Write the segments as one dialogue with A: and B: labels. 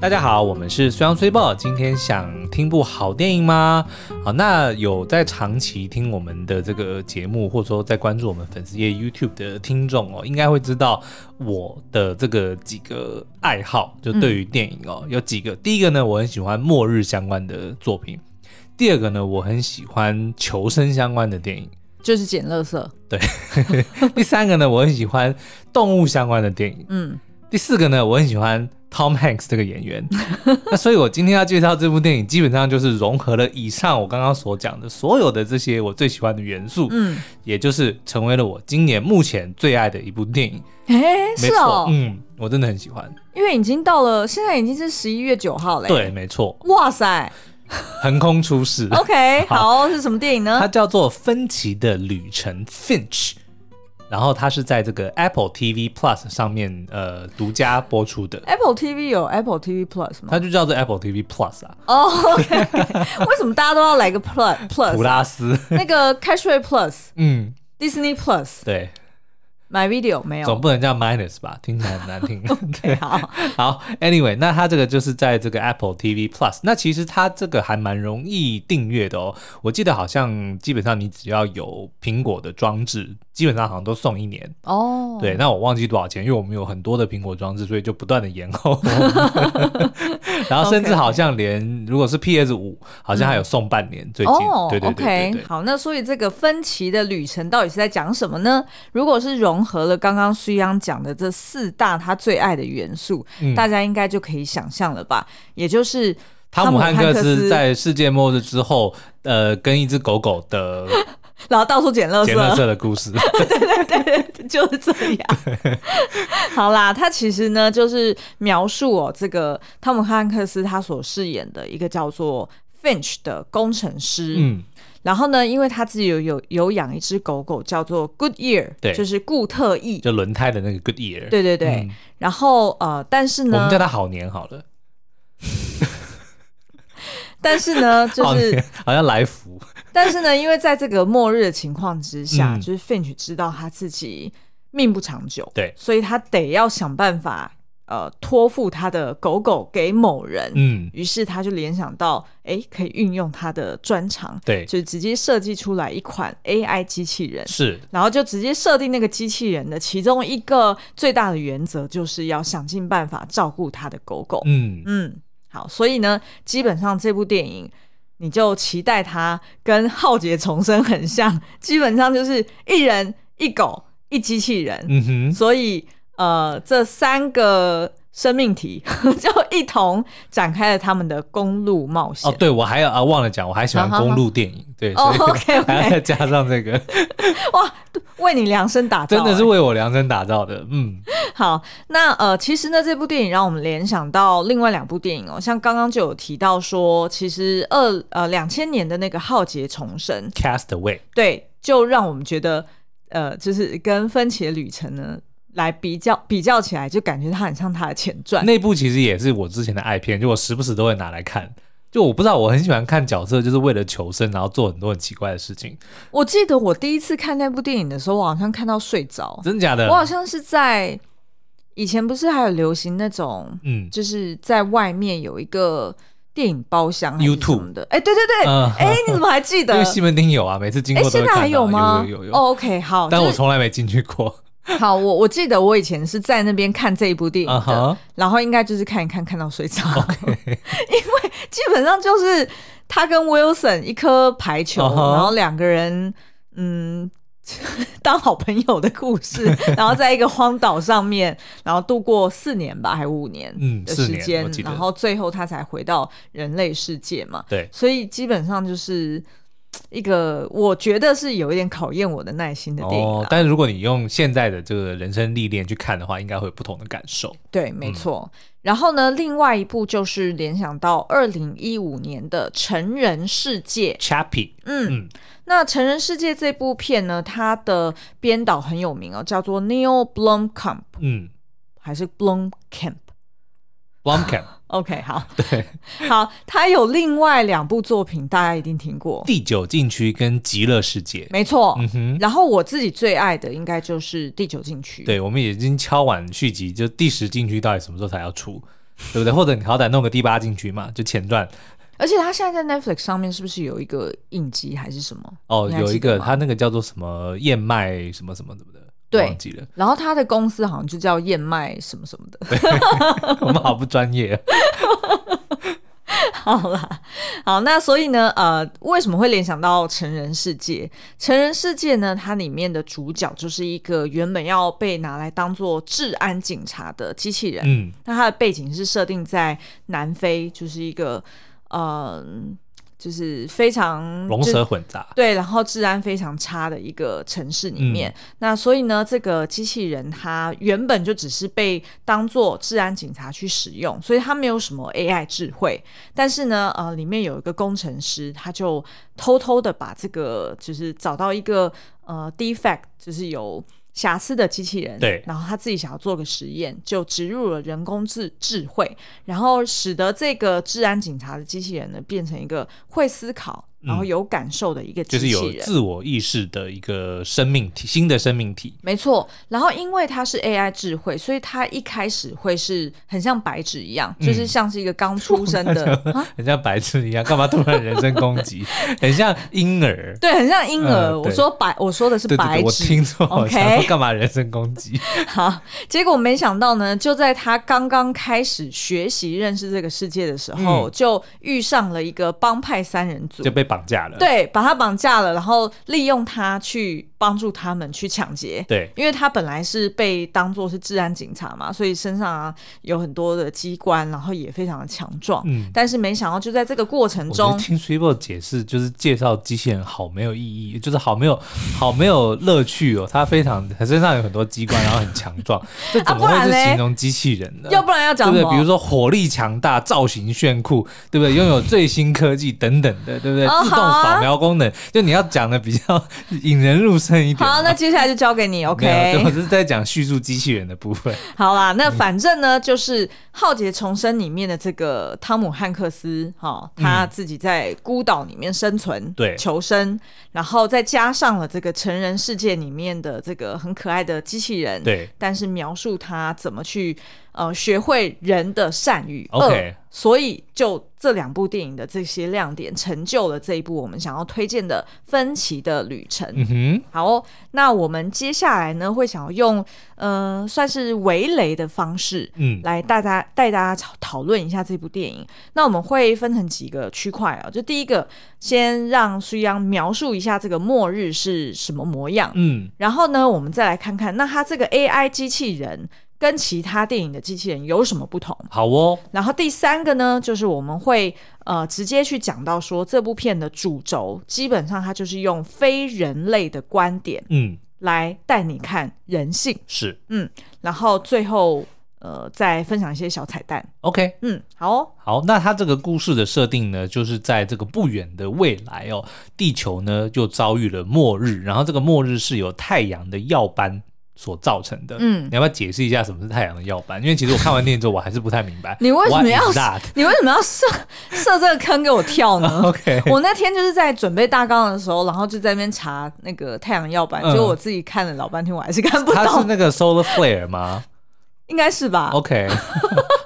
A: 大家好，我们是虽然虽报，今天想听部好电影吗？好，那有在长期听我们的这个节目，或者说在关注我们粉丝页 YouTube 的听众哦，应该会知道我的这个几个爱好，就对于电影哦，有几个。第一个呢，我很喜欢末日相关的作品；第二个呢，我很喜欢求生相关的电影。
B: 就是捡垃 圾。
A: 第三个呢，我很喜欢动物相关的电影。
B: 嗯，
A: 第四个呢，我很喜欢 Tom Hanks 这个演 员。那所以，我今天要介绍这部电影，基本上就是融合了以上我刚刚所讲的所有的这些我最喜欢的元素，
B: 嗯，
A: 也就是成为了我今年目前最爱的一部电影。
B: 哎、
A: 没
B: 是
A: 错
B: 哦，，
A: 嗯，我真的很喜欢。
B: 因为已经到了，现在已经是十一月九号嘞。
A: 对，，没错，
B: 哇塞
A: 横空出世。
B: ，OK，
A: 好
B: 好哦是什么电影
A: 它
B: 呢？
A: 叫做《芬奇的旅程》（Finch），然后它是在这个 Apple TV Plus 上面呃独家播出的，
B: Apple TV 有 Apple TV Plus 吗
A: 它？就叫做 Apple TV Plus 啊，
B: 哦、o k 为什么大家都要来个 Plus
A: 普
B: Plus？啊
A: 拉斯。
B: 那个 Cashway Plus、
A: 嗯，
B: Disney Plus、
A: 对，
B: My Video 没
A: 总
B: 有？啊
A: 不能叫 minus 吧，听起来很难 听。对，
B: 好，
A: 好，anyway，那它这个就是在这个 Apple TV Plus，那其实它这个还蛮容易订阅的哦。我记得好像基本上你只要有苹果的装置，基本上好像都送一年。
B: 哦，
A: 对，，那我忘记多少钱，因为我们有很多的苹果装置，所以就不断的延 后。然后甚至
B: OK 嗯
A: 好像连如果是 PS 五，好像还有送半年。最近，
B: 哦、
A: 对对对对
B: o k 好，那所以这个分歧的旅程到底是在讲什么呢？如果是融合了刚刚苏央讲的这四大他最爱的元素，
A: 嗯
B: 大家应该就可以想象了吧？也就是
A: 汤姆汉克
B: 克
A: 斯在世界末日之后，呃，跟一只狗狗 的
B: 然后到处捡垃圾，
A: 捡垃圾的故事。
B: 就是这样。好啦，他其实呢就是描述哦，这个汤姆汉克斯他所饰演的一个叫做 Finch 的工程师，
A: 嗯，
B: 然后呢，因为他自己有有有养一只狗狗叫做 Goodyear，
A: 对
B: 就是固特异，
A: 就轮胎的那个 Good Year。
B: 对对对，
A: 嗯
B: 然后呃，但是
A: 我们
B: 呢
A: 叫，它好年好了，
B: 但是呢，就
A: 好
B: 是
A: 年好像来福。
B: 但是呢，因为在这个末日的情况之下，
A: 嗯
B: 就是 Finch 知道他自己命不长久，
A: 对
B: 所以他得要想办法呃托付他的狗狗给某人。
A: 嗯，
B: 于是他就联想到，哎，可以运用他的专长，
A: 对，
B: 就直接设计出来一款 AI 机器人，
A: 是
B: 然后就直接设定那个机器人的其中一个最大的原则，就是要想尽办法照顾他的狗狗。
A: 嗯，
B: 嗯，好，所以呢，基本上这部电影你就期待它跟《浩劫重生》很像，基本上就是一人一狗一机器人，
A: 嗯哼，
B: 所以呃，这三个生命体 就一同展开了他们的公路冒险。
A: 哦，对我还有啊，忘了讲，我还喜欢
B: 好好好
A: 公路电影，对，
B: 哦
A: 所以
B: OK，OK
A: 还要再加上这个，
B: 哇，为你量身打造、
A: 真的是
B: 哎
A: 为我量身打造的。嗯，
B: 好，那呃，其实呢，这部电影让我们联想到另外两部电影哦，像刚刚就有提到说，其实二呃两千年的那个《浩劫重生》，
A: Castaway，
B: 对，就让我们觉得，呃，就是跟分歧的旅程呢来比较比较起来，就感觉它很像它的前传。
A: 那部其实也是我之前的爱片，就我时不时都会拿来看。就我不知道，我很喜欢看角色，就是为了求生，然后做很多很奇怪的事情，
B: 我记得我第一次看那部电影的时候，我好像看到睡着，
A: 真假的
B: 我？好像是在以前不是还有流行那种，
A: 嗯
B: 就是在外面有一个电影包厢还是
A: YouTube
B: 什么的，哎、对对对，
A: 嗯
B: 哎、你怎么还记
A: 因
B: 得
A: 为？西门町有啊，每次经
B: 哎、
A: 过都
B: 现
A: 会
B: 在
A: 看到。
B: 还有吗？
A: 有有有。
B: 哦，OK，好，
A: 但
B: 就
A: 我
B: 是
A: 从来没进去 过。
B: 好，我我记得我以前是在那边看这一部电影的
A: 啊哈，
B: 然后应该就是看一看，看到 睡着 因为基本上就是他跟 Wilson 一颗排球
A: 啊哈
B: 然后两个人嗯 当好朋友的故 事，然后在一个荒岛上面，然后度过四年吧，还五年
A: 嗯
B: 的
A: 四
B: 时
A: 年
B: 间
A: 我，记得
B: 然后最后他才回到人类世界嘛，
A: 对，
B: 所以基本上就是。一个我觉得是有一点考验我的耐心的电影啦，
A: 哦但是如果你用现在的这个人生历练去看的话，应该会有不同的感受。
B: 对，没错。
A: 嗯
B: 然后呢，另外一部就是联想到二零一五年的《成人世界》。
A: Chappy，
B: 嗯，
A: 嗯
B: 那《成人世界》这部片呢，它的编导很有名哦，叫做 Neil Blomkamp
A: 嗯
B: 还是 Blomkamp。
A: ，Blomkamp
B: OK，好，
A: 对，
B: 好，他有另外两部作品，大家一定听过，
A: 第九禁区跟极乐世界。
B: 没错。
A: 嗯哼，
B: 然后我自己最爱的应该就是《第九禁区》。
A: 对，我们已经敲完续集，就第十禁区到底什么时候才要出？对 不对？或者你好歹弄个第八禁区嘛，就前传
B: 而且他现在在 Netflix 上面是不是有一个影集还是什么？
A: 哦，
B: 你还
A: 有
B: 记
A: 一
B: 得
A: 个
B: 吗
A: 他那个叫做什么燕麦什么什么什么的，
B: 对
A: 忘记了，
B: 然后他的公司好像就叫燕麦什么什么的。
A: 我们好不专业。
B: 好啦，好，那所以呢，呃，为什么会联想到成人世界？成人世界呢，它里面的主角就是一个原本要被拿来当做治安警察的机器人。
A: 嗯，
B: 那它的背景是设定在南非，就是一个呃，就是非常
A: 龙
B: 就
A: 蛇混杂，
B: 对，然后治安非常差的一个城市里面，那所以呢，这个机器人它原本就只是被当做治安警察去使用，所以它没有什么 AI 智慧。但是呢，呃，里面有一个工程师，他就偷偷的把这个就是找到一个呃 defect，就是有。瑕疵的机器人，
A: 对
B: 然后他自己想要做个实验，就植入了人工智智慧，然后使得这个治安警察的机器人呢，变成一个会思考，然后有感受的一个
A: 嗯就
B: 机
A: 是
B: 器
A: 有
B: 人。
A: 自我意识的一个生命体，新的生命体。
B: 没错，然后因为它是 AI 智慧，所以它一开始会是很像白纸一样，
A: 嗯
B: 就是像是一个刚出生 的，啊
A: 很像白痴一样，干嘛突然人身攻 击？很像婴儿。
B: 对，很像婴儿。
A: 呃
B: 我
A: 对
B: 说白，我说的是
A: 对对
B: 白
A: 对，我
B: 纸。
A: 听错，我
B: OK
A: 想说干嘛人身攻击？
B: 好，结果没想到呢，就在他刚刚开始学习认识这个世界的时候，
A: 嗯
B: 就遇上了一个帮派三人组
A: 就。被绑架了。
B: 对，把他绑架了，然后利用他去帮助他们去抢劫。
A: 对
B: 因为他本来是被当做是治安警察嘛，所以身上啊有很多的机关，然后也非常的强壮。
A: 嗯
B: 但是没想到就在这个过程
A: 我觉得
B: 中，
A: 听 s u p e 解释就是介绍机器人好没有意义，就是好没有好没有乐趣哦。它非常它身上有很多机关，然后很强壮，这怎么
B: 啊不然
A: 会是
B: 嘞
A: 形容机器人呢？
B: 要不然要
A: 对
B: 讲
A: 不
B: 什
A: 对
B: 么？？
A: 比如说火力强大、造型炫酷，对不对？拥有最新科技等等的，对不对？
B: 哦
A: 自动
B: 好啊
A: 扫描功能，就你要讲的比较引人入胜一点嘛。
B: 好，那接下来就交给你
A: 没有对我
B: ，OK？
A: 只是在讲叙述机器人的部分。
B: 好啦，那反正呢，就是《浩劫重生》里面的这个汤姆汉克斯，哈、他自己在孤岛里面生存、
A: 对
B: 求生，然后再加上了这个成人世界里面的这个很可爱的机器人，
A: 对，
B: 但是描述他怎么去呃学会人的善与恶
A: OK
B: 所以就这两部电影的这些亮点，成就了这一部我们想要推荐的《分歧的旅程》
A: 嗯哼，
B: 好哦、那我们接下来呢，会想要用呃算是围雷的方式。
A: 嗯，
B: 来带大家带大家讨讨论一下这部电影。那我们会分成几个区块啊，就第一个，先让苏央描述一下这个末日是什么模样，
A: 嗯，
B: 然后呢，我们再来看看，那它这个 AI 机器人跟其他电影的机器人有什么不同？
A: 好哦，
B: 然后第三个呢，就是我们会呃直接去讲到说这部片的主轴，基本上它就是用非人类的观点
A: 嗯，
B: 来带你看人性，
A: 是
B: 然后最后呃再分享一些小彩蛋。
A: OK。
B: 嗯，好哦，
A: 好，那它这个故事的设定呢，就是在这个不远的未来哦，地球呢就遭遇了末日，然后这个末日是由太阳的耀斑所造成的。
B: 嗯。
A: 你要不要解释一下什么是太阳的耀斑？因为其实我看完电影之后，我还是不太明白
B: 你为什么要
A: that?
B: 你为什么要设设这个坑给我跳 呢？
A: OK，
B: 我那天就是在准备大纲的时候，然后就在那边查那个太阳耀斑，
A: 嗯
B: 结果我自己看了老半天，我还是哦看不
A: 它是
B: 懂，啊
A: 那个 solar flare 吗？
B: 应该是吧？
A: OK，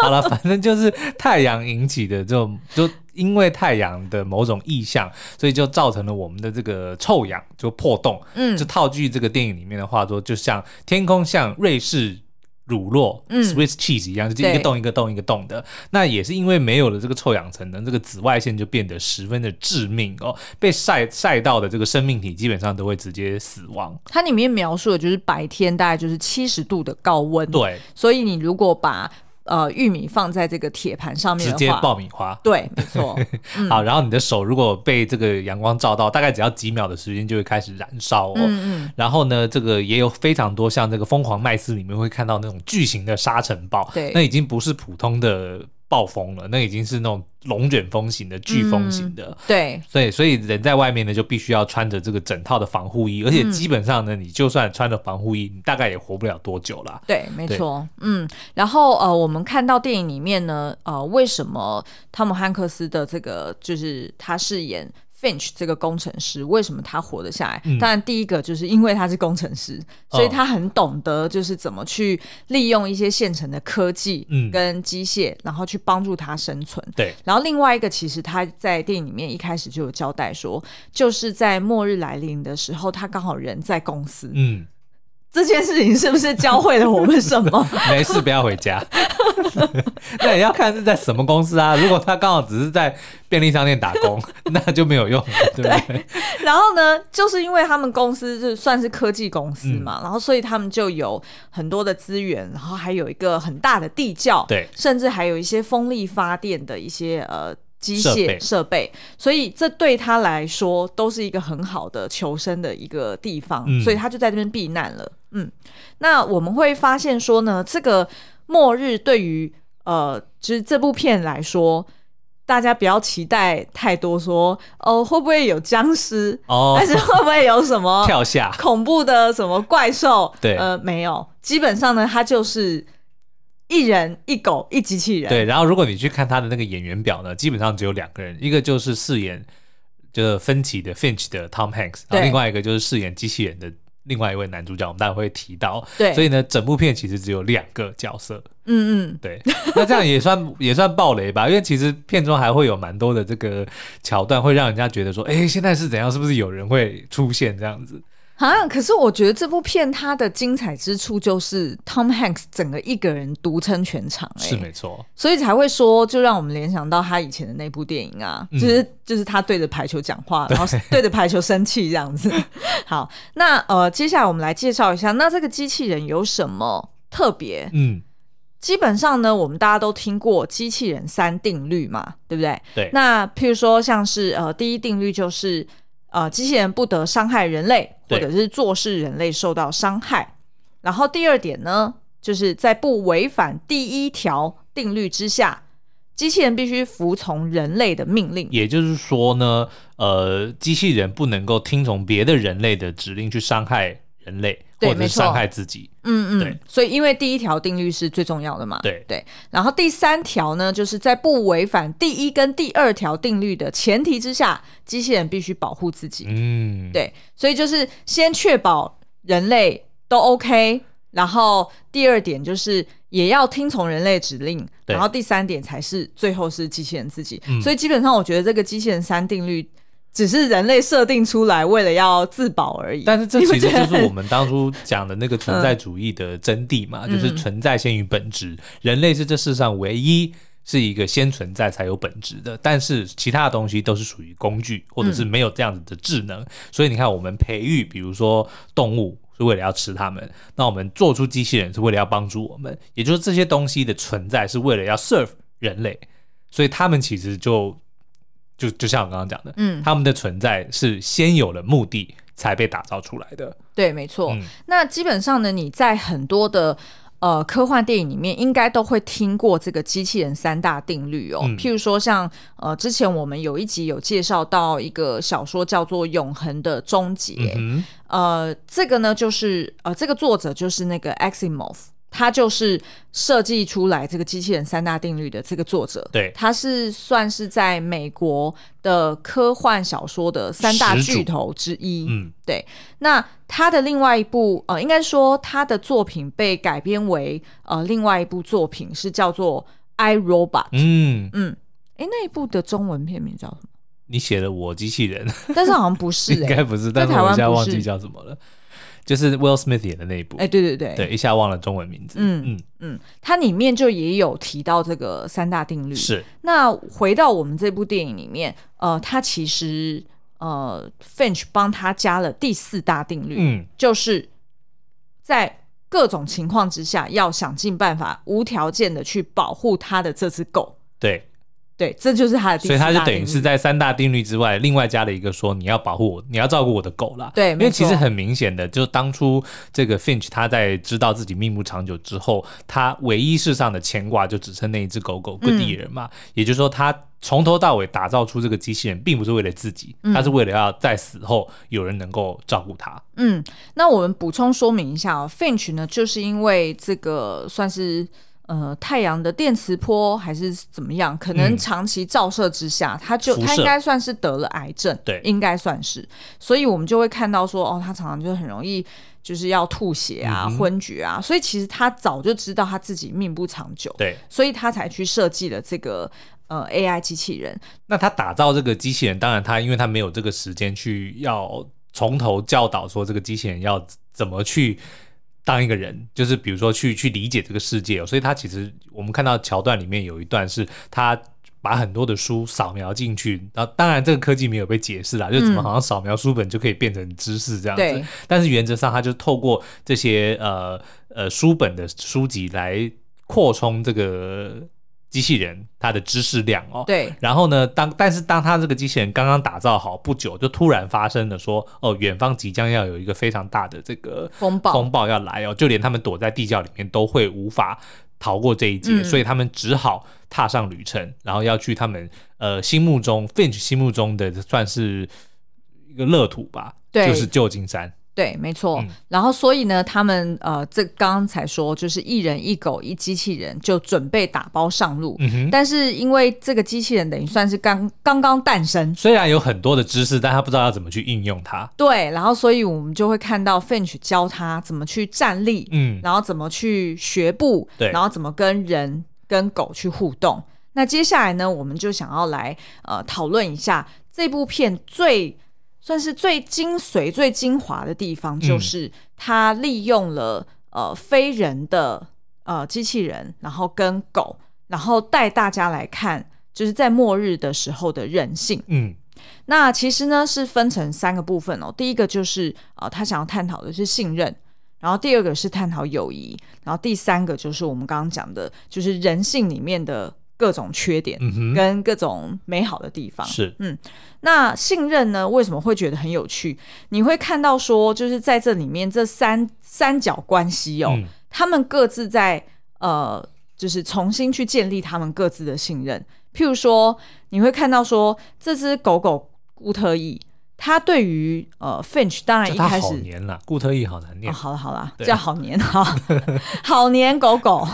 A: 好 了，反正就是太阳引起的这种，就因为太阳的某种意象，所以就造成了我们的这个臭氧就破洞。
B: 嗯
A: 就套句这个电影里面的话说，就像天空像瑞士。乳酪，
B: 嗯
A: Swiss cheese 一样，就是一个
B: 对
A: 洞一个洞一个洞的。那也是因为没有了这个臭氧层呢，这个紫外线就变得十分的致命哦。被晒晒到的这个生命体基本上都会直接死亡。
B: 它里面描述的就是白天大概就是七十度的高温，
A: 对，
B: 所以你如果把呃玉米放在这个铁盘上面
A: 直
B: 的
A: 接
B: 话，
A: 爆米花。
B: 对，没 错，
A: 好，然后你的手如果被这个阳光照到，大概只要几秒的时间就会开始燃烧哦。
B: 嗯嗯，
A: 然后呢，这个也有非常多像这个《疯狂麦斯》里面会看到那种巨型的沙尘暴，
B: 对
A: 那已经不是普通的暴风了，那已经是那种龙卷风型的、飓风型的。
B: 对，
A: 所以，所以人在外面呢，就必须要穿着这个整套的防护衣，而
B: 嗯
A: 且基本上呢，你就算穿着防护衣，你大概也活不了多久啦。
B: 对，没错，嗯，然后呃，我们看到电影里面呢，呃，为什么汤姆汉克斯的这个就是他饰演 Finch 这个工程师为什么他活得下来？
A: 嗯
B: 当然，第一个就是因为他是工程师，所以
A: 哦
B: 他很懂得就是怎么去利用一些现成的科技
A: 嗯
B: 跟机械，然后去帮助他生存。
A: 对，
B: 然后另外一个，其实他在电影里面一开始就有交代说，就是在末日来临的时候，他刚好人在公司。
A: 嗯，
B: 这件事情是不是教会了我们什么？
A: 没事，不要回家。那也要看是在什么公司啊。如果他刚好只是在便利商店打工， 那就没有用，对不对？
B: 然后呢，就是因为他们公司就算是科技公司嘛，然后所以他们就有很多的资源，然后还有一个很大的地窖，
A: 对
B: 甚至还有一些风力发电的一些呃。机
A: 设
B: 械
A: 备
B: 设备，所以这对他来说都是一个很好的求生的一个地方，
A: 嗯
B: 所以他就在这边避难了。嗯，那我们会发现说呢，这个末日对于呃，就是这部片来说，大家不要期待太多说，哦，会不会有僵尸，
A: 哦
B: 还，是哦会不会有 什么
A: 跳下，
B: 恐怖的什么怪兽？
A: 对
B: 呃，没有，基本上呢，它就是一人一狗一机器人，
A: 对。然后如果你去看他的那个演员表呢，基本上只有两个人，一个就是饰演就是芬奇的 Finch 的 Tom Hanks，然
B: 对
A: 后另外一个就是饰演机器人的。另外一位男主角，我们待会会提到，
B: 对
A: 所以呢，整部片其实只有两个角色，
B: 嗯嗯，
A: 对， 那这样也算也算暴雷吧，因为其实片中还会有蛮多的这个桥段，会让人家觉得说，哎、现在是怎样？是不是有人会出现这样子？
B: 啊，可是我觉得这部片它的精彩之处就是 Tom Hanks 整个一个人独撑全场、欸，
A: 是没错，
B: 所以才会说，就让我们联想到他以前的那部电影啊，
A: 嗯
B: 就是就是他对着排球讲话，然后 对着排球生气这样子。 好，那呃，接下来我们来介绍一下，那这个机器人有什么特别？
A: 嗯，
B: 基本上呢，我们大家都听过机器人三定律嘛，对不对？
A: 对
B: 那譬如说，像是呃，第一定律就是呃，机器人不得伤害人类，或
A: 对
B: 者是做事人类受到伤害。然后第二点呢，就是在不违反第一条定律之下，机器人必须服从人类的命令。
A: 也就是说呢，呃，机器人不能够听从别的人类的指令去伤害人类，
B: 对
A: 或者
B: 没
A: 是
B: 错
A: 伤害自己。
B: 嗯嗯
A: 对，
B: 所以因为第一条定律是最重要的嘛。
A: 对
B: 对，然后第三条呢，就是在不违反第一跟第二条定律的前提之下，机器人必须保护自己。
A: 嗯，
B: 对，所以就是先确保人类都 OK，然后第二点就是也要听从人类指令，
A: 对
B: 然后第三点才是最后是机器人自己。
A: 嗯
B: 所以基本上我觉得这个机器人三定律只是人类设定出来为了要自保而已。
A: 但是这
B: 你不
A: 其实
B: 觉得
A: 就是我们当初讲的那个存在主义的真谛嘛，就是存在先于本质，人类是这世上唯一是一个先存在才有本质的，但是其他的东西都是属于工具，或者是没有这样子的智能。所以你看，我们培育，比如说动物。是为了要吃它们，那我们做出机器人是为了要帮助我们，也就是这些东西的存在是为了要 serve 人类，所以他们其实就就就像我刚刚讲的，
B: 嗯
A: 他们的存在是先有了目的才被打造出来的，
B: 对，没错。
A: 嗯
B: 那基本上呢，你在很多的呃科幻电影里面，应该都会听过这个机器人三大定律哦。
A: 嗯
B: 譬如说像，呃，之前我们有一集有介绍到一个小说叫做《永恒的终结》，
A: 嗯
B: 呃，这个呢，就是呃，这个作者就是那个 Asimov，他就是设计出来这个机器人三大定律的这个作者。
A: 对
B: 他是算是在美国的科幻小说的三大
A: 始祖
B: 巨头之一。
A: 嗯，
B: 对，那他的另外一部呃，应该说他的作品被改编为呃另外一部作品是叫做《I Robot》。
A: 嗯，
B: 诶，那一部的中文片名叫什么？
A: 你写了我机器人，
B: 但是好像不是
A: 应
B: 诶，诶，
A: 该不是，但是
B: 台
A: 我
B: 湾
A: 一下
B: 不
A: 忘
B: 是
A: 记叫什么了，就是 Will Smith 演的那一部，
B: 对对对，
A: 对，一下忘了中文名字，
B: 嗯
A: 嗯
B: 嗯，它里面就也有提到这个三大定律。
A: 是，
B: 那回到我们这部电影里面，呃，它其实呃，Finch 帮他加了第四大定律，
A: 嗯
B: 就是在各种情况之下，要想尽办法无条件的去保护他的这只狗。
A: 对，
B: 对，这就是他的第
A: 所以
B: 四大
A: 他就
B: 定
A: 等
B: 律
A: 于是在三大定律之外，另外加了一个说你要保护我，你要照顾我的狗啦。
B: 对
A: 因
B: 没
A: 为
B: 错
A: 其实很明显的，就是当初这个 Finch 他在知道自己命不长久之后，他唯一世上的牵挂就只剩那一只狗狗 Good
B: 嗯
A: Ear 嘛，也就是说他从头到尾打造出这个机器人，并不是为了自己，
B: 嗯
A: 他是为了要在死后有人能够照顾他。
B: 嗯，那我们补充说明一下哦，Finch 呢，就是因为这个算是。呃太阳的电磁波还是怎么样，可能
A: 嗯
B: 长期照射之下，他就
A: 辐
B: 他
A: 射
B: 应该算是得了癌症，
A: 对
B: 应该算是，所以我们就会看到说，哦，他常常就很容易就是要吐血啊、
A: 嗯哼
B: 昏厥啊，所以其实他早就知道他自己命不长久，
A: 对，
B: 所以他才去设计了这个呃 AI 机器人，
A: 那他打造这个机器人，当然他因为他没有这个时间去要从头教导说这个机器人要怎么去当一个人，就是比如说去去理解这个世界、哦，所以他其实我们看到桥段里面有一段是他。把很多的书扫描进去，然后当然这个科技没有被解释啦，就怎么好像扫描书本就可以变成知识这样子。
B: 对
A: 但是原则上，它就透过这些呃呃书本的书籍来扩充这个机器人它的知识量哦。
B: 对，
A: 然后呢，当但是当他这个机器人刚刚打造好不久，就突然发生了说，哦，远方即将要有一个非常大的这个
B: 风暴
A: 风暴要来哦，就连他们躲在地窖里面都会无法逃过这一劫，
B: 嗯
A: 所以他们只好踏上旅程，然后要去他们呃心目中 Finch 心目中的算是一个乐土吧，
B: 对
A: 就是旧金山，
B: 对，没错。
A: 嗯
B: 然后，所以呢，他们呃，这刚才说就是一人一狗一机器人就准备打包上路，
A: 嗯哼。
B: 但是因为这个机器人等于算是刚刚刚诞生，
A: 虽然有很多的知识，但他不知道要怎么去应用它。
B: 对，然后所以我们就会看到 Finch 教他怎么去站立，
A: 嗯，
B: 然后怎么去学步，
A: 对
B: 然后怎么跟人跟狗去互动。那接下来呢，我们就想要来呃讨论一下这部片最算是最精髓、最精华的地方，
A: 嗯
B: 就是它利用了呃非人的呃机器人，然后跟狗，然后带大家来看，就是在末日的时候的人性。
A: 嗯，
B: 那其实呢是分成三个部分哦。第一个就是呃，他想要探讨的是信任，然后第二个是探讨友谊，然后第三个就是我们刚刚讲的，就是人性里面的各种缺点、
A: 嗯哼
B: 跟各种美好的地方。
A: 是，
B: 啊那信任呢，为什么会觉得很有趣？你会看到说，就是在这里面这三三角关系哦，
A: 嗯
B: 他们各自在呃，就是重新去建立他们各自的信任。譬如说，你会看到说，这只狗狗固特异，它对于呃 Finch 当然
A: 就
B: 一
A: 它
B: 开
A: 好
B: 始。
A: 黏啦，固特异好难
B: 哦、
A: 念。
B: 好了好了，
A: 对
B: 叫好年好好年狗狗，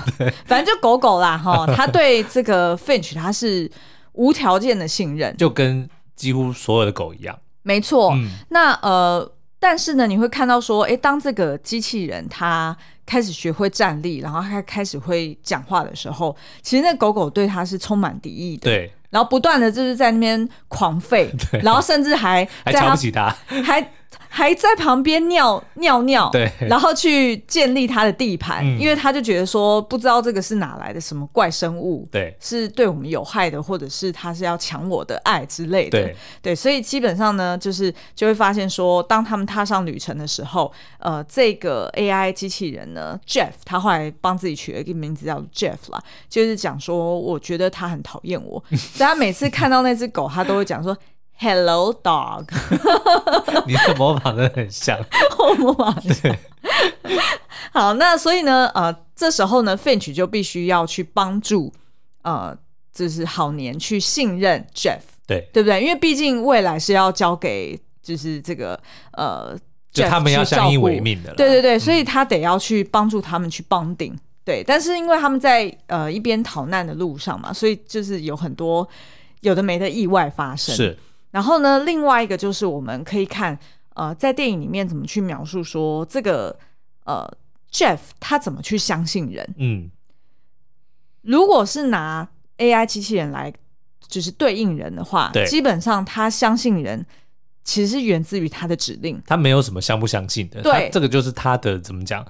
B: 反正就狗狗啦 哈。它对这个 Finch 它是无条件的信任，
A: 就跟几乎所有的狗一样。
B: 没错。
A: 嗯，
B: 那呃，但是呢，你会看到说，诶，当这个机器人它开始学会站立，然后它开始会讲话的时候，其实那狗狗对它是充满敌意的，
A: 对，
B: 然后不断的就是在那边 狂吠，然后甚至还
A: 还
B: 在
A: 瞧
B: 它
A: 不起它。
B: 还还在旁边尿尿尿，
A: 对
B: 然后去建立它的地盘，
A: 嗯
B: 因为它就觉得说，不知道这个是哪来的什么怪生 物。
A: 对
B: 是对我们有害的，或者是它是要抢我的爱之类的。
A: 对，
B: 对，所以基本上呢，就是就会发现说，当他们踏上旅程的时候，呃，这个 AI 机器人呢，Jeff，他后来帮自己取了一个名字叫 Jeff 啦，就是讲说，我觉得他很讨厌我，所以他每次看到那只狗，他都会讲说 “Hello dog”，
A: 你的模仿真的很像。
B: 我模仿一下。 好，那所以呢，呃，这时候呢，Finch 就必须要去帮助，呃，就是好年去信任 Jeff。
A: 对，
B: 对不对？因为毕竟未来是要交给就是这个呃，
A: 就
B: Jeff
A: 他们要
B: 去照
A: 相依
B: 顾
A: 为。命的啦。
B: 对对对，所以他得要去帮助他们去帮顶。对，但是因为他们在呃一边逃难的路上嘛，所以就是有很多有的没的意外发生。。
A: 是，
B: 然后呢，另外一个就是我们可以看呃在电影里面怎么去描述说这个呃 Jeff 他怎么去相信人。
A: 嗯，
B: 如果是拿 AI 机器人来就是对应人的话
A: 对，
B: 基本上他相信人其实是源自于他的指令。
A: 他没有什么相不相信的。
B: 对
A: 他这个就是他的怎么讲？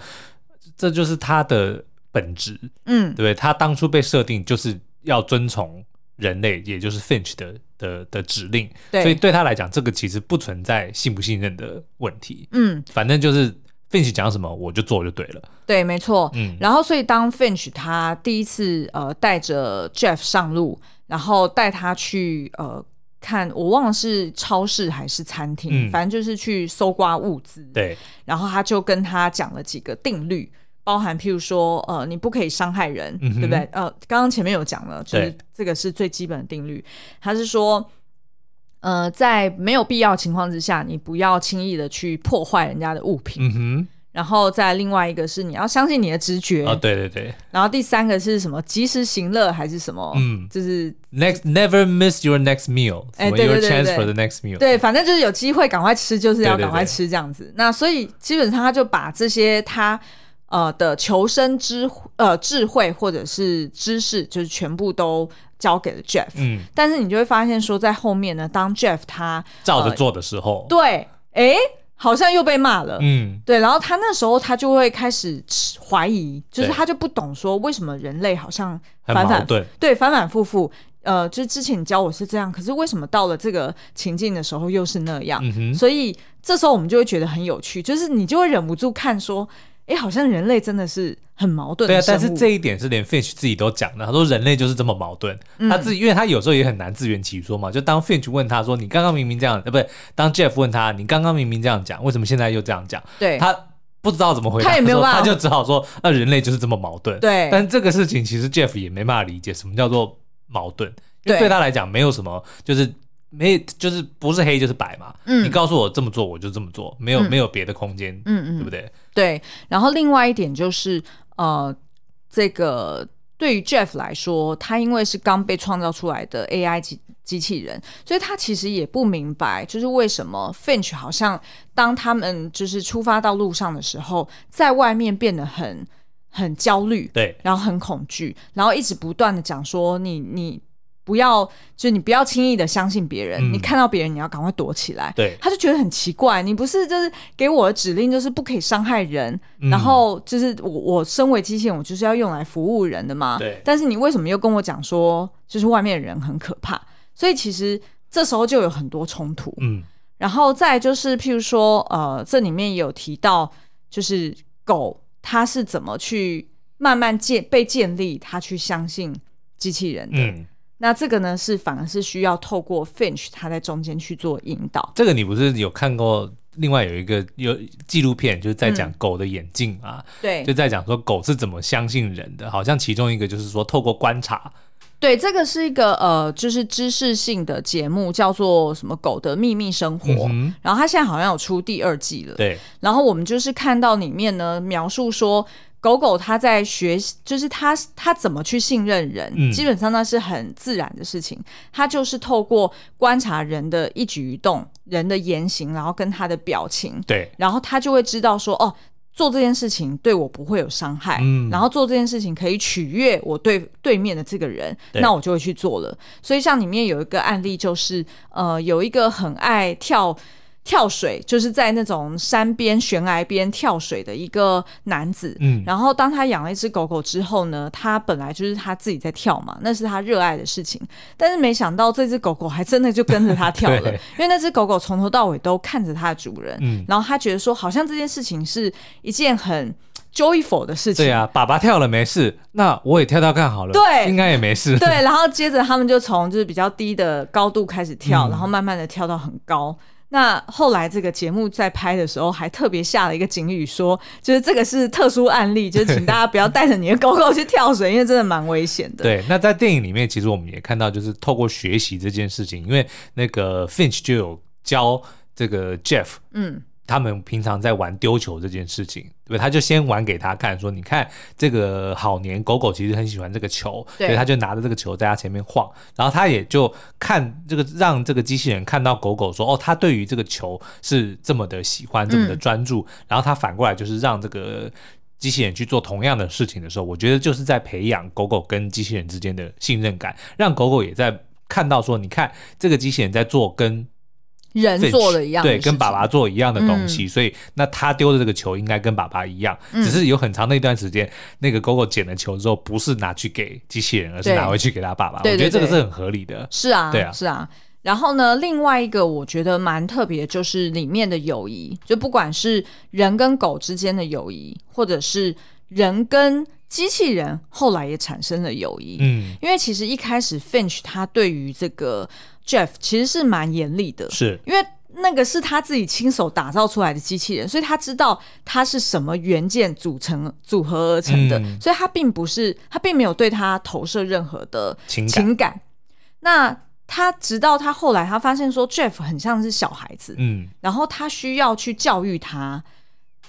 A: 这就是他的本质，对
B: 嗯
A: 不，对？他当初被设定就是要遵从人类，也就是 Finch 的的的指令，所以
B: 对，
A: 对他来讲，这个其实不存在信不信任的问题。
B: 嗯，
A: 反正就是 Finch 讲什么，我就做就对了。
B: 对，没错。
A: 嗯，
B: 然后，所以当 Finch 他第一次呃带着 Jeff 上路，然后带他去呃看，我忘了是超市还是餐厅，
A: 嗯
B: 反正就是去搜刮物资。
A: 对，
B: 然后他就跟他讲了几个定律，包含譬如说，呃，你不可以伤害人，
A: 嗯哼
B: 对不对？呃，刚刚前面有讲了，就是
A: 对
B: 这个是最基本的定律。他是说，呃，在没有必要的情况之下，你不要轻易的去破坏人家的物品。
A: 嗯哼，
B: 然后再另外一个是你要相信你的直觉，
A: 啊，对对对
B: 然后第三个是什么及时行乐还是什么？
A: 嗯
B: 就是
A: ，next never miss your next meal，
B: 哎
A: 什么
B: 对
A: your
B: 对对
A: chance
B: 对
A: for the next meal，
B: 对，反正就是有机会赶快吃，就是要
A: 对对
B: 赶快
A: 对
B: 吃这样子。那所以基本上他就把这些他呃的求生之呃智慧或者是知识，就是全部都交给了 Jeff。
A: 嗯，
B: 但是你就会发现说，在后面呢，当 Jeff 他
A: 照着做的时候，
B: 对，诶，好像又被骂了。
A: 嗯，
B: 对，然后他那时候他就会开始怀疑，就是
A: 对
B: 他就不懂说为什么人类好像
A: 很
B: 反
A: 矛
B: 反
A: 盾，
B: 对，反反复复。呃，就是之前你教我是这样，可是为什么到了这个情境的时候又是那样？
A: 嗯哼
B: 所以这时候我们就会觉得很有趣，就是你就会忍不住看说，哎、好像人类真的是很矛盾
A: 对
B: 的
A: 啊，
B: 生
A: 但
B: 物。
A: 是这一点是连 Finch 自己都讲的，他说人类就是这么矛盾，
B: 嗯
A: 他自己因为他有时候也很难自圆其说嘛，就当 Finch 问他说你刚刚明明这样，呃，不是当 Jeff 问他你刚刚明明这样讲，为什么现在又这样讲？
B: 对
A: 他。不知道怎么回答，
B: 他也没有
A: 的时候
B: 办法
A: 他就只好说，那、人类就是这么矛盾。
B: 对
A: 但这个事情其实 Jeff 也没办法理解什么叫做矛盾，因为
B: 对
A: 对他来讲没有什么，就是没就是不是黑就是白嘛。
B: 嗯
A: 你告诉我这么做，我就这么做，没有、没有别的空间，
B: 嗯
A: 对
B: 嗯
A: 不，对？
B: 对。然后另外一点就是，呃，这个对于 Jeff 来说，他因为是刚被创造出来的 AI 机机器人，所以他其实也不明白，就是为什么 Finch 好像当他们就是出发到路上的时候，在外面变得很很焦虑，
A: 对，
B: 然后很恐惧，然后一直不断的讲说你你不要，就你不要轻易的相信别人，
A: 嗯
B: 你看到别人你要赶快躲起来。
A: 对
B: 他就觉得很奇怪，你不是就是给我的指令就是不可以伤害人，
A: 嗯
B: 然后就是我我身为机器人，我就是要用来服务人的嘛。
A: 对
B: 但是你为什么又跟我讲说，就是外面的人很可怕？所以其实这时候就有很多冲突。
A: 嗯，
B: 然后再就是，譬如说，呃，这里面也有提到，就是狗它是怎么去慢慢建被建立，它去相信机器人的。
A: 嗯，
B: 那这个呢，是反而是需要透过 Finch 他在中间去做引导。
A: 这个你不是有看过？另外有一个有纪录片，就是在讲狗的眼镜啊，
B: 嗯对
A: 就在讲说狗是怎么相信人的。好像其中一个就是说，透过观察，
B: 对，这个是一个呃，就是知识性的节目，叫做什么《狗的秘密生活》
A: 嗯哼
B: 然后它现在好像有出第二季了。
A: 对，
B: 然后我们就是看到里面呢描述说，狗狗它在学习，就是它它怎么去信任人，
A: 嗯
B: 基本上那是很自然的事情。它就是透过观察人的一举一动、人的言行，然后跟他的表情，
A: 对，
B: 然后它就会知道说，哦，做这件事情对我不会有伤害，
A: 嗯
B: 然后做这件事情可以取悦我对对面的这个人，
A: 对
B: 那我就会去做了。所以像里面有一个案例，就是呃，有一个很爱跳。跳水就是在那种山边悬崖边跳水的一个男子，
A: 嗯
B: 然后当他养了一只狗狗之后呢，他本来就是他自己在跳嘛，那是他热爱的事情。但是没想到这只狗狗还真的就跟着他跳了，
A: 对
B: 因为那只狗狗从头到尾都看着它的主人，
A: 嗯
B: 然后他觉得说好像这件事情是一件很 joyful 的事情。
A: 对啊，爸爸跳了没事，那我也跳跳看好了，
B: 对
A: 应该也没 事，
B: 对，然后接着他们就从就是比较低的高度开始跳，
A: 嗯
B: 然后慢慢的跳到很高。那后来这个节目在拍的时候，还特别下了一个警语说，就是这个是特殊案例，就是请大家不要带着你的狗狗去跳水，因为真的蛮危险的。
A: 对，那在电影里面，其实我们也看到，就是透过学习这件事情，因为那个 Finch 就有教这个 Jeff
B: 嗯，
A: 他们平常在玩丢球这件事情，对不对？他就先玩给他看，说你看这个好年狗狗其实很喜欢这个球，
B: 对
A: 所以他就拿着这个球在他前面晃，然后他也就看这个让这个机器人看到狗狗说哦，他对于这个球是这么的喜欢，这么的专注，然后他反过来就是让这个。机器人去做同样的事情的时候，我觉得就是在培养狗狗跟机器人之间的信任感，让狗狗也在看到说，你看这个机器人在做跟
B: 人做了一样的
A: 对，
B: 事情嗯
A: 跟爸爸做一样的东西，所以那他丢的这个球应该跟爸爸一样，只是有很长的一段时间，那个狗狗捡了球之后，不是拿去给机器人，而是
B: 对
A: 拿回去给他爸爸。
B: 对
A: 我觉得
B: 对
A: 这个
B: 对
A: 是很合理的。
B: 是啊，
A: 对啊
B: 是啊。然后呢，另外一个我觉得蛮特别，就是里面的友谊，就不管是人跟狗之间的友谊，或者是人跟机器人，后来也产生了友谊。
A: 嗯，
B: 因为其实一开始 Finch 他对于这个 Jeff 其实是蛮严厉的，
A: 是
B: 因为那个是他自己亲手打造出来的机器人，所以他知道它是什么元件组成组合而成的，
A: 嗯
B: 所以他并不是他并没有对他投射任何的
A: 情感
B: 情感。那他直到他后来他发现说 Jeff 很像是小孩子，
A: 嗯，
B: 然后他需要去教育他，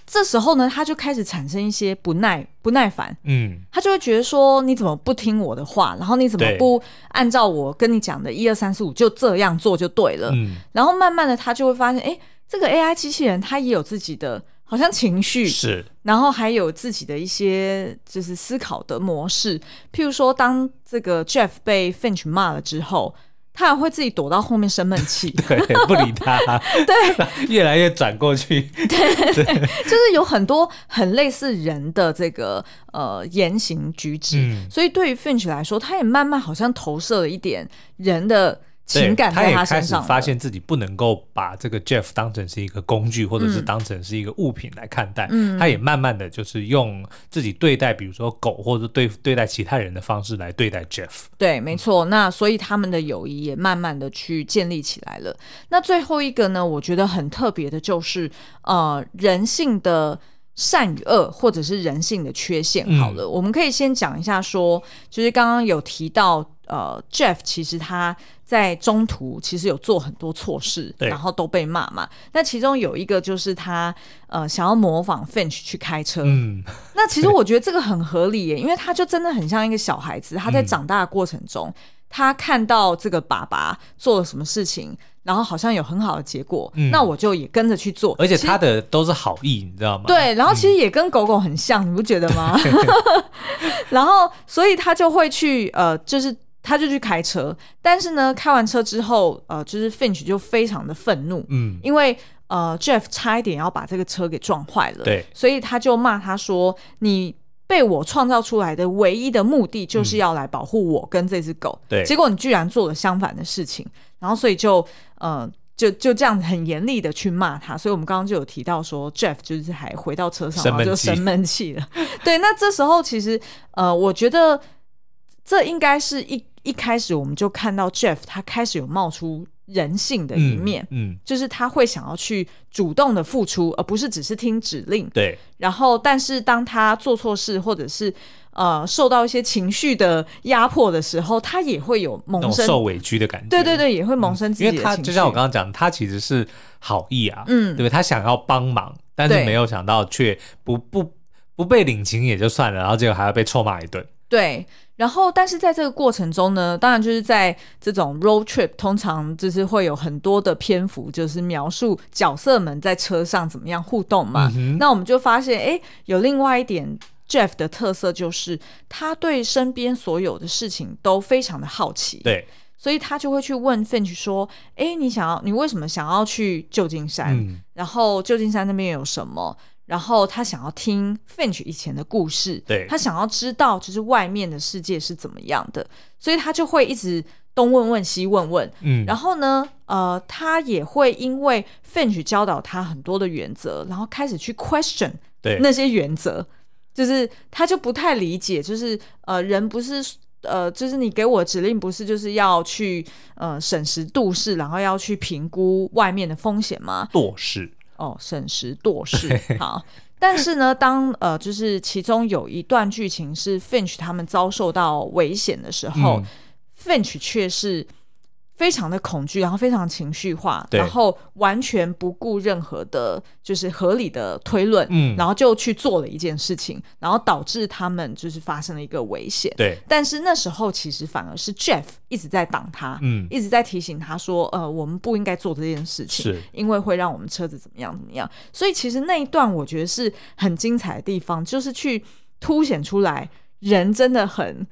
B: 这时候呢，他就开始产生一些不耐不耐烦，
A: 嗯，
B: 他就会觉得说你怎么不听我的话，然后你怎么
A: 对
B: 不按照我跟你讲的一二三四五就这样做就对了。
A: 嗯，
B: 然后慢慢的，他就会发现，哎，这个 AI 机器人它也有自己的好像情绪，
A: 是，
B: 然后还有自己的一些就是思考的模式，譬如说，当这个 Jeff 被 Finch 骂了之后，他还会自己躲到后面生闷气，
A: 对，不理他， 对， 越来越转过去，
B: 就是有很多很类似人的这个呃言行举止。
A: 嗯，
B: 所以对于 Finch 来说，他也慢慢好像投射了一点人的
A: 对
B: 情感
A: 他
B: 在
A: 也开
B: 身
A: 始
B: 上了。
A: 发现自己不能够把这个 Jeff 当成是一个工具，或者是当成是一个物品来看待。
B: 嗯
A: 他也慢慢的就是用自己对待，比如说狗或者对对待其他人的方式来对待 Jeff。
B: 对，没错。那所以他们的友谊也慢慢的去建立起来了。那最后一个呢，我觉得很特别的就是，呃，人性的善与恶，或者是人性的缺陷。
A: 嗯
B: 好了，我们可以先讲一下说，就是刚刚有提到，呃，Jeff 其实他在中途其实有做很多错事，
A: 对
B: 然后都被骂嘛。那其中有一个就是他呃想要模仿 Finch 去开车，
A: 嗯，
B: 那其实我觉得这个很合理耶，因为他就真的很像一个小孩子，他在
A: 嗯
B: 长大的过程中，他看到这个爸爸做了什么事情，然后好像有很好的结果，
A: 嗯
B: 那我就也跟着去做，
A: 而且
B: 其实
A: 他嗯的都是好意，你知道吗？，
B: 对，然后其实也跟狗狗很像，你不觉得 吗？然后，所以他就会去呃，就是他就去开车，但是呢，开完车之后，呃，就是 Finch 就非常的愤怒，
A: 嗯，
B: 因为呃，Jeff 差一点要把这个车给撞坏了，
A: 对
B: 所以他就骂他说：“你被我创造出来的唯一的目的，就是要来保护我跟这只狗。
A: 对
B: 结果你居然做了相反的事情，然后所以就呃。”就就这样很严厉的去骂他，所以我们刚刚就有提到说，Jeff 就是还回到车上，
A: 生
B: 然
A: 闷
B: 后就
A: 气
B: 生闷气了。 对，那这时候其实呃，我觉得这应该是一一开始我们就看到 Jeff 他开始有冒出人性的一
A: 嗯
B: 面，
A: 嗯，
B: 就是他会想要去主动的付出，而不是只是听指令。
A: 对，
B: 然后，但是当他做错事，或者是呃受到一些情绪的压迫的时候，他也会有
A: 那
B: 萌
A: 种
B: 生，
A: 受委屈的感觉。
B: 对对对，也会萌生自己
A: 因
B: 的
A: 为
B: 情绪。
A: 他就像我刚刚讲，他其实是好意啊，
B: 嗯
A: 对不对？他想要帮忙，但是
B: 对
A: 没有想到却不不不被领情也就算了，然后结果还要被臭骂一顿。
B: 对，然后但是在这个过程中呢，当然就是在这种 road trip，通常就是会有很多的篇幅，就是描述角色们在车上怎么样互动嘛。
A: 嗯哼
B: 那我们就发现，哎，有另外一点 Jeff 的特色就是，他对身边所有的事情都非常的好奇。
A: 对，
B: 所以他就会去问 Finch 说：“诶，你想要，你为什么想要去旧金山？
A: 嗯
B: 然后旧金山那边有什么？然后他想要听 Finch 以前的故事，
A: 对
B: 他想要知道就是外面的世界是怎么样的，所以他就会一直东问问西问问。
A: 嗯，
B: 然后呢，呃，他也会因为 Finch 教导他很多的原则，然后开始去 question
A: 对，
B: 那些原则，就是他就不太理解，就是呃，人不是呃，就是你给我指令不是就是要去呃审时度势，然后要去评估外面的风险吗？
A: 堕势，
B: 哦，审时度势， 好。但是呢，当呃，就是其中有一段剧情是 Finch 他们遭受到危险的时候、
A: 嗯
B: f i n c h 却是非常的恐惧，然后非常情绪化，
A: 对
B: 然后完全不顾任何的，就是合理的推论，
A: 嗯
B: 然后就去做了一件事情，然后导致他们就是发生了一个危险。
A: 对，
B: 但是那时候其实反而是 Jeff 一直在挡他，
A: 嗯
B: 一直在提醒他说，呃，我们不应该做这件事情
A: 是，
B: 因为会让我们车子怎么样怎么样。所以其实那一段我觉得是很精彩的地方，就是去凸显出来人真的很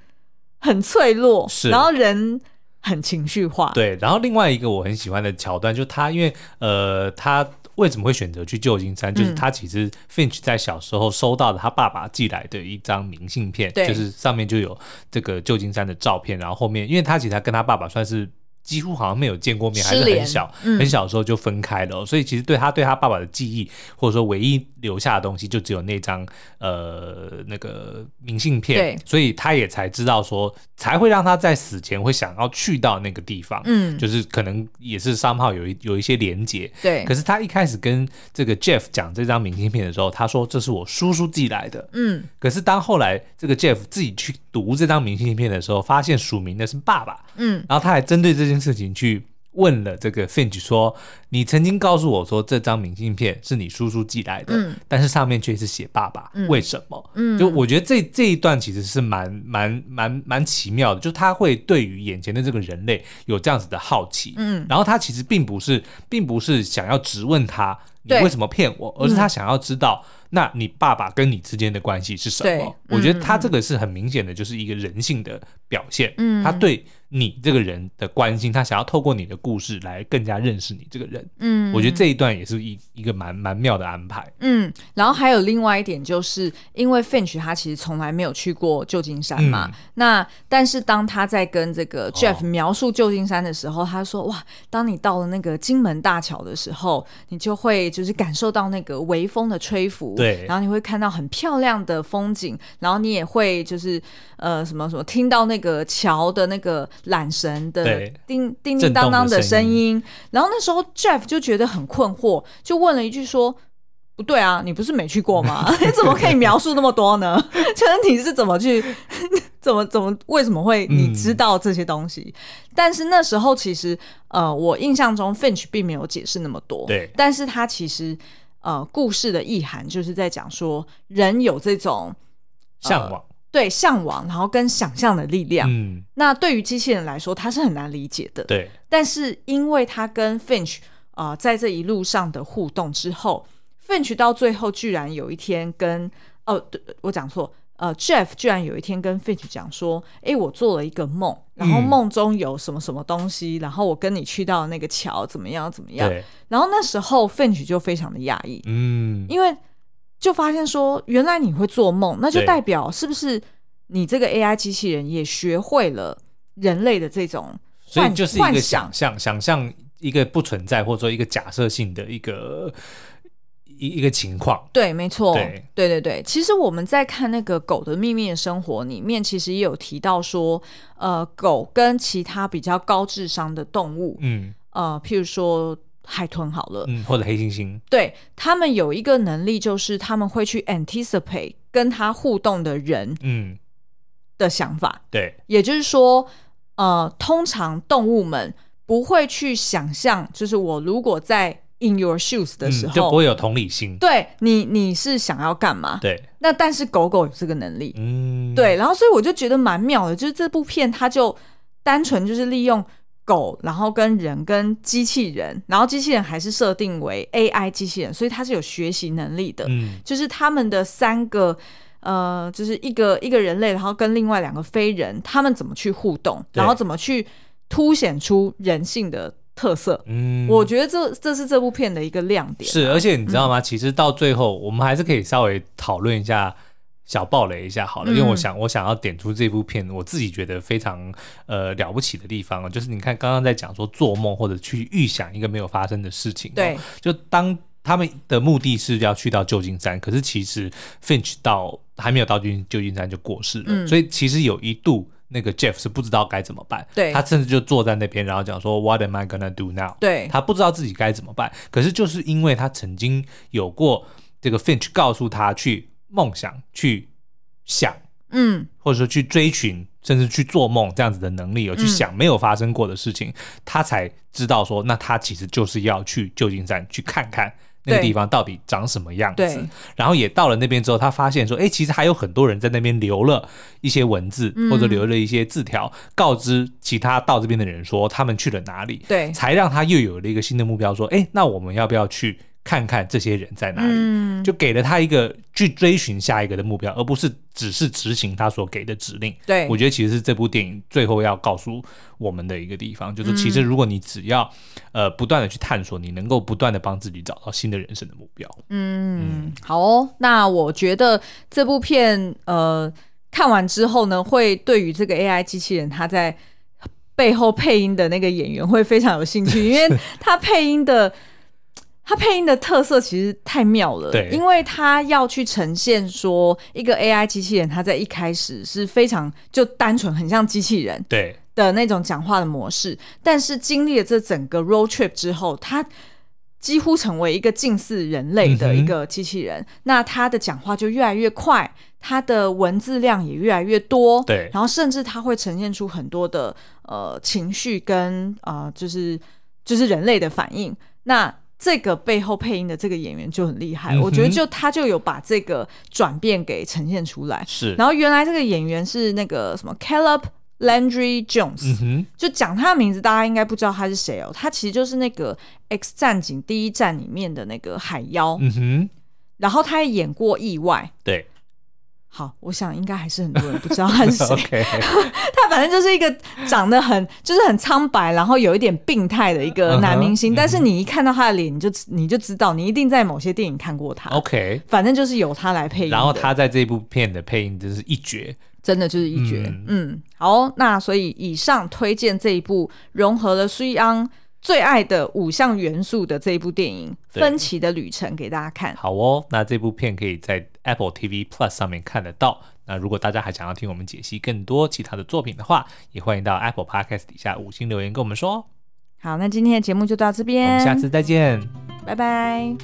B: 很脆弱，
A: 是
B: 然后人很情绪化，
A: 对，然后另外一个我很喜欢的桥段，就他因为呃，他为什么会选择去旧金山？就是
B: 嗯
A: 他其实 Finch 在小时候收到了他爸爸寄来的一张明信片，
B: 对
A: 就是上面就有这个旧金山的照片，然后后面因为他其实他跟他爸爸算是。几乎好像没有见过面，还是
B: 失联
A: 很小、
B: 嗯
A: 很小的时候就分开了哦、所以其实对他对他爸爸的记忆，或者说唯一留下的东西，就只有那张呃那个明信片
B: 对，
A: 所以他也才知道说，才会让他在死前会想要去到那个地方。
B: 嗯，
A: 就是可能也是 somehow 有一有一些连接。
B: 对
A: 可，是他一开始跟这个 Jeff 讲这张明信片的时候，他说这是我叔叔寄来的。
B: 嗯，
A: 可是当后来这个 Jeff 自己去读这张明信片的时候，发现署名的是爸爸，
B: 嗯，
A: 然后他还针对这件事情去问了这个 Finch 说：“你曾经告诉我说这张明信片是你叔叔寄来的，
B: 嗯
A: 但是上面却是写爸爸，
B: 嗯
A: 为什么？”
B: 嗯
A: 就我觉得这这一段其实是蛮蛮蛮蛮奇妙的，就他会对于眼前的这个人类有这样子的好奇，
B: 嗯，
A: 然后他其实并不是并不是想要质问他你
B: 对嗯
A: 为什么骗我，而是他想要知道。那你爸爸跟你之间的关系是什
B: 对
A: 么？我觉得
B: 嗯
A: 他这个是很明显的，就是一个人性的表现。
B: 嗯
A: 他对你这个人的关心，他想要透过你的故事来更加认识你这个人。
B: 嗯，
A: 我觉得这一段也是一一个蛮蛮妙的安排。
B: 嗯，然后还有另外一点，就是因为 Finch 他其实从来没有去过旧金山嘛，
A: 嗯
B: 那但是当他在跟这个 Jeff
A: 哦
B: 描述旧金山的时候，他说：“哇，当你到了那个金门大桥的时候，你就会就是感受到那个微风的吹拂，
A: 对
B: 然后你会看到很漂亮的风景，然后你也会就是呃什么什么听到那个桥的那个缆绳的
A: 对
B: 叮叮叮当当的声
A: 震动的声
B: 音。然后那时候 Jeff 就觉得很困惑，就问了一句说：“不对啊，你不是没去 过吗？你怎么可以描述那么多呢？就是你是怎么去， 怎么怎么为什么会
A: 嗯
B: 你知道这些东西？但是那时候其实呃，我印象中 Finch 并没有解释那么多，
A: 对
B: 但是他其实呃，故事的意涵就是在讲说人有这种
A: 向往，
B: 对向往，然后跟想象的力量。
A: 嗯，
B: 那对于机器人来说，它是很难理解的，
A: 对，
B: 但是因为他跟 Finch 啊在这一路上的互动之后，Finch 到最后居然有一天跟哦，对我讲错，呃，Jeff 居然有一天跟 Finch 讲说，诶，我做了一个梦，然后
A: 嗯
B: 梦中有什么什么东西，然后我跟你去到那个桥，怎么样怎么样，
A: 对，
B: 然后那时候 Finch 就非常的讶异，
A: 嗯，
B: 因为就发现说，原来你会做梦，那就
A: 对
B: 代表是不是你这个 AI 机器人也学会了人类的这种
A: 所
B: 幻。
A: 以就是一
B: 幻
A: 个
B: 想
A: 想象，想象一个不存在或者说一个假设性的一个一一个情况。
B: 对，没错，
A: 对
B: 对对对其实我们在看那个《狗的秘密的生活》里面，其实也有提到说，呃，狗跟其他比较高智商的动物，
A: 嗯
B: 呃，譬如说海豚好了，
A: 嗯，或者黑猩猩，
B: 对他们有一个能力，就是他们会去 anticipate 跟他互动的人
A: 嗯，
B: 的想法，
A: 对，
B: 也就是说，呃，通常动物们不会去想象，就是我如果在 in your shoes 的
A: 嗯
B: 时
A: 就
B: 候，
A: 不会有同理心。
B: 对你你是想要干嘛？
A: 对，
B: 那但是狗狗有这个能力，
A: 嗯，
B: 对，然后所以我就觉得蛮妙的，就是这部片它就单纯就是利用狗，然后跟人跟机器人，然后机器人还是设定为 AI 机器人，所以它是有学习能力的，
A: 嗯，
B: 就是他们的三个。呃，就是一个一个人类，然后跟另外两个非人，他们怎么去互动，
A: 对
B: 然后怎么去凸显出人性的特色？
A: 嗯，
B: 我觉得这这是这部片的一个亮点。啊嗯
A: 是，而且你知道吗？其实到最后，我们还是可以稍微讨论一下。小爆雷一下好了，因为我
B: 嗯
A: 想我想要点出这部片我自己觉得非常呃了不起的地方哦，就是你看刚刚在讲说做梦或者去预想一个没有发生的事情哦，
B: 对，
A: 就当他们的目的是要去到旧金山，可是其实 Finch 到还没有到旧金旧金山就过世了，
B: 嗯
A: 所以其实有一度那个 Jeff 是不知道该怎么办，
B: 对
A: 他甚至就坐在那边，然后讲说 What am I gonna do now？
B: 对
A: 他不知道自己该怎么办，可是就是因为他曾经有过这个 Finch 告诉他去梦想、去想，
B: 嗯，
A: 或者说去追寻，甚至去做梦这样子的能力，有
B: 嗯
A: 去想没有发生过的事情，他才知道说，那他其实就是要去旧金山去看看那个
B: 对
A: 地方到底长什么样
B: 对
A: 子。然后也到了那边之后，他发现说，哎，其实还有很多人在那边留了一些文字，
B: 嗯
A: 或者留了一些字条，告知其他到这边的人说他们去了哪里，
B: 对
A: 才让他又有了一个新的目标，说，哎，那我们要不要去看看这些人在哪里？
B: 嗯，
A: 就给了他一个去追寻下一个的目标，而不是只是执行他所给的指令。
B: 对
A: 我觉得其实是这部电影最后要告诉我们的一个地
B: 嗯
A: 方，就是其实如果你只要、呃不断的去探索，你能够不断的帮自己找到新的人生的目标。
B: 嗯，好哦。那我觉得这部片，呃，看完之后呢，会对于这个 AI 机器人它在背后配音的那个演员会非常有兴趣，因为它配音的。它配音的特色其实太妙了，
A: 对
B: 因为它要去呈现说一个 AI 机器人，它在一开始是非常就单纯，很像机器人，
A: 对，
B: 的那种讲话的模式，但是经历了这整个 road trip 之后，他几乎成为一个近似人类的
A: 嗯哼
B: 一个机器人。那他的讲话就越来越快，他的文字量也越来越多，
A: 对
B: 然后甚至他会呈现出很多的呃情绪跟呃就是就是人类的反应。那这个背后配音的这个演员就很厉害，我觉得
A: 嗯哼
B: 就他就有把这个转变给呈现出来。
A: 是，
B: 然后原来这个演员是那个什么 Caleb Landry Jones，、
A: 嗯哼，
B: 就讲他的名字，大家应该不知道他是谁哦。他其实就是那个《X 战警》第一站里面的那个海妖，
A: 嗯哼，
B: 然后他也演过意外。
A: 对
B: 好，我想应该还是很多人不知 道他是谁。
A: ，OK，
B: 他反正就是一个长得很就是很苍白，然后有一点病态的一个男明
A: 嗯
B: 星。
A: 哼
B: 但是你一看到他的脸，你就你就知道，你一定在某些电影看过他。
A: OK。
B: 反正就是由他来 配音
A: 哦
B: 的，
A: 然后他在这部片的配音真是一绝，
B: 真的就是一绝。嗯好哦、那所以以上推荐这一部融合了苏一昂最爱的五项元素的这一部电影《
A: 对
B: 分歧的旅程》给大家看。
A: 好哦。那这部片可以在 Apple TV Plus 上面看得到。那如果大家还想要听我们解析更多其他的作品的话，也欢迎到 Apple Podcast 底下五星留言跟我们说哦。
B: 好，那今天的节目就到这
A: 我
B: 边，
A: 们下次再见。
B: 拜拜。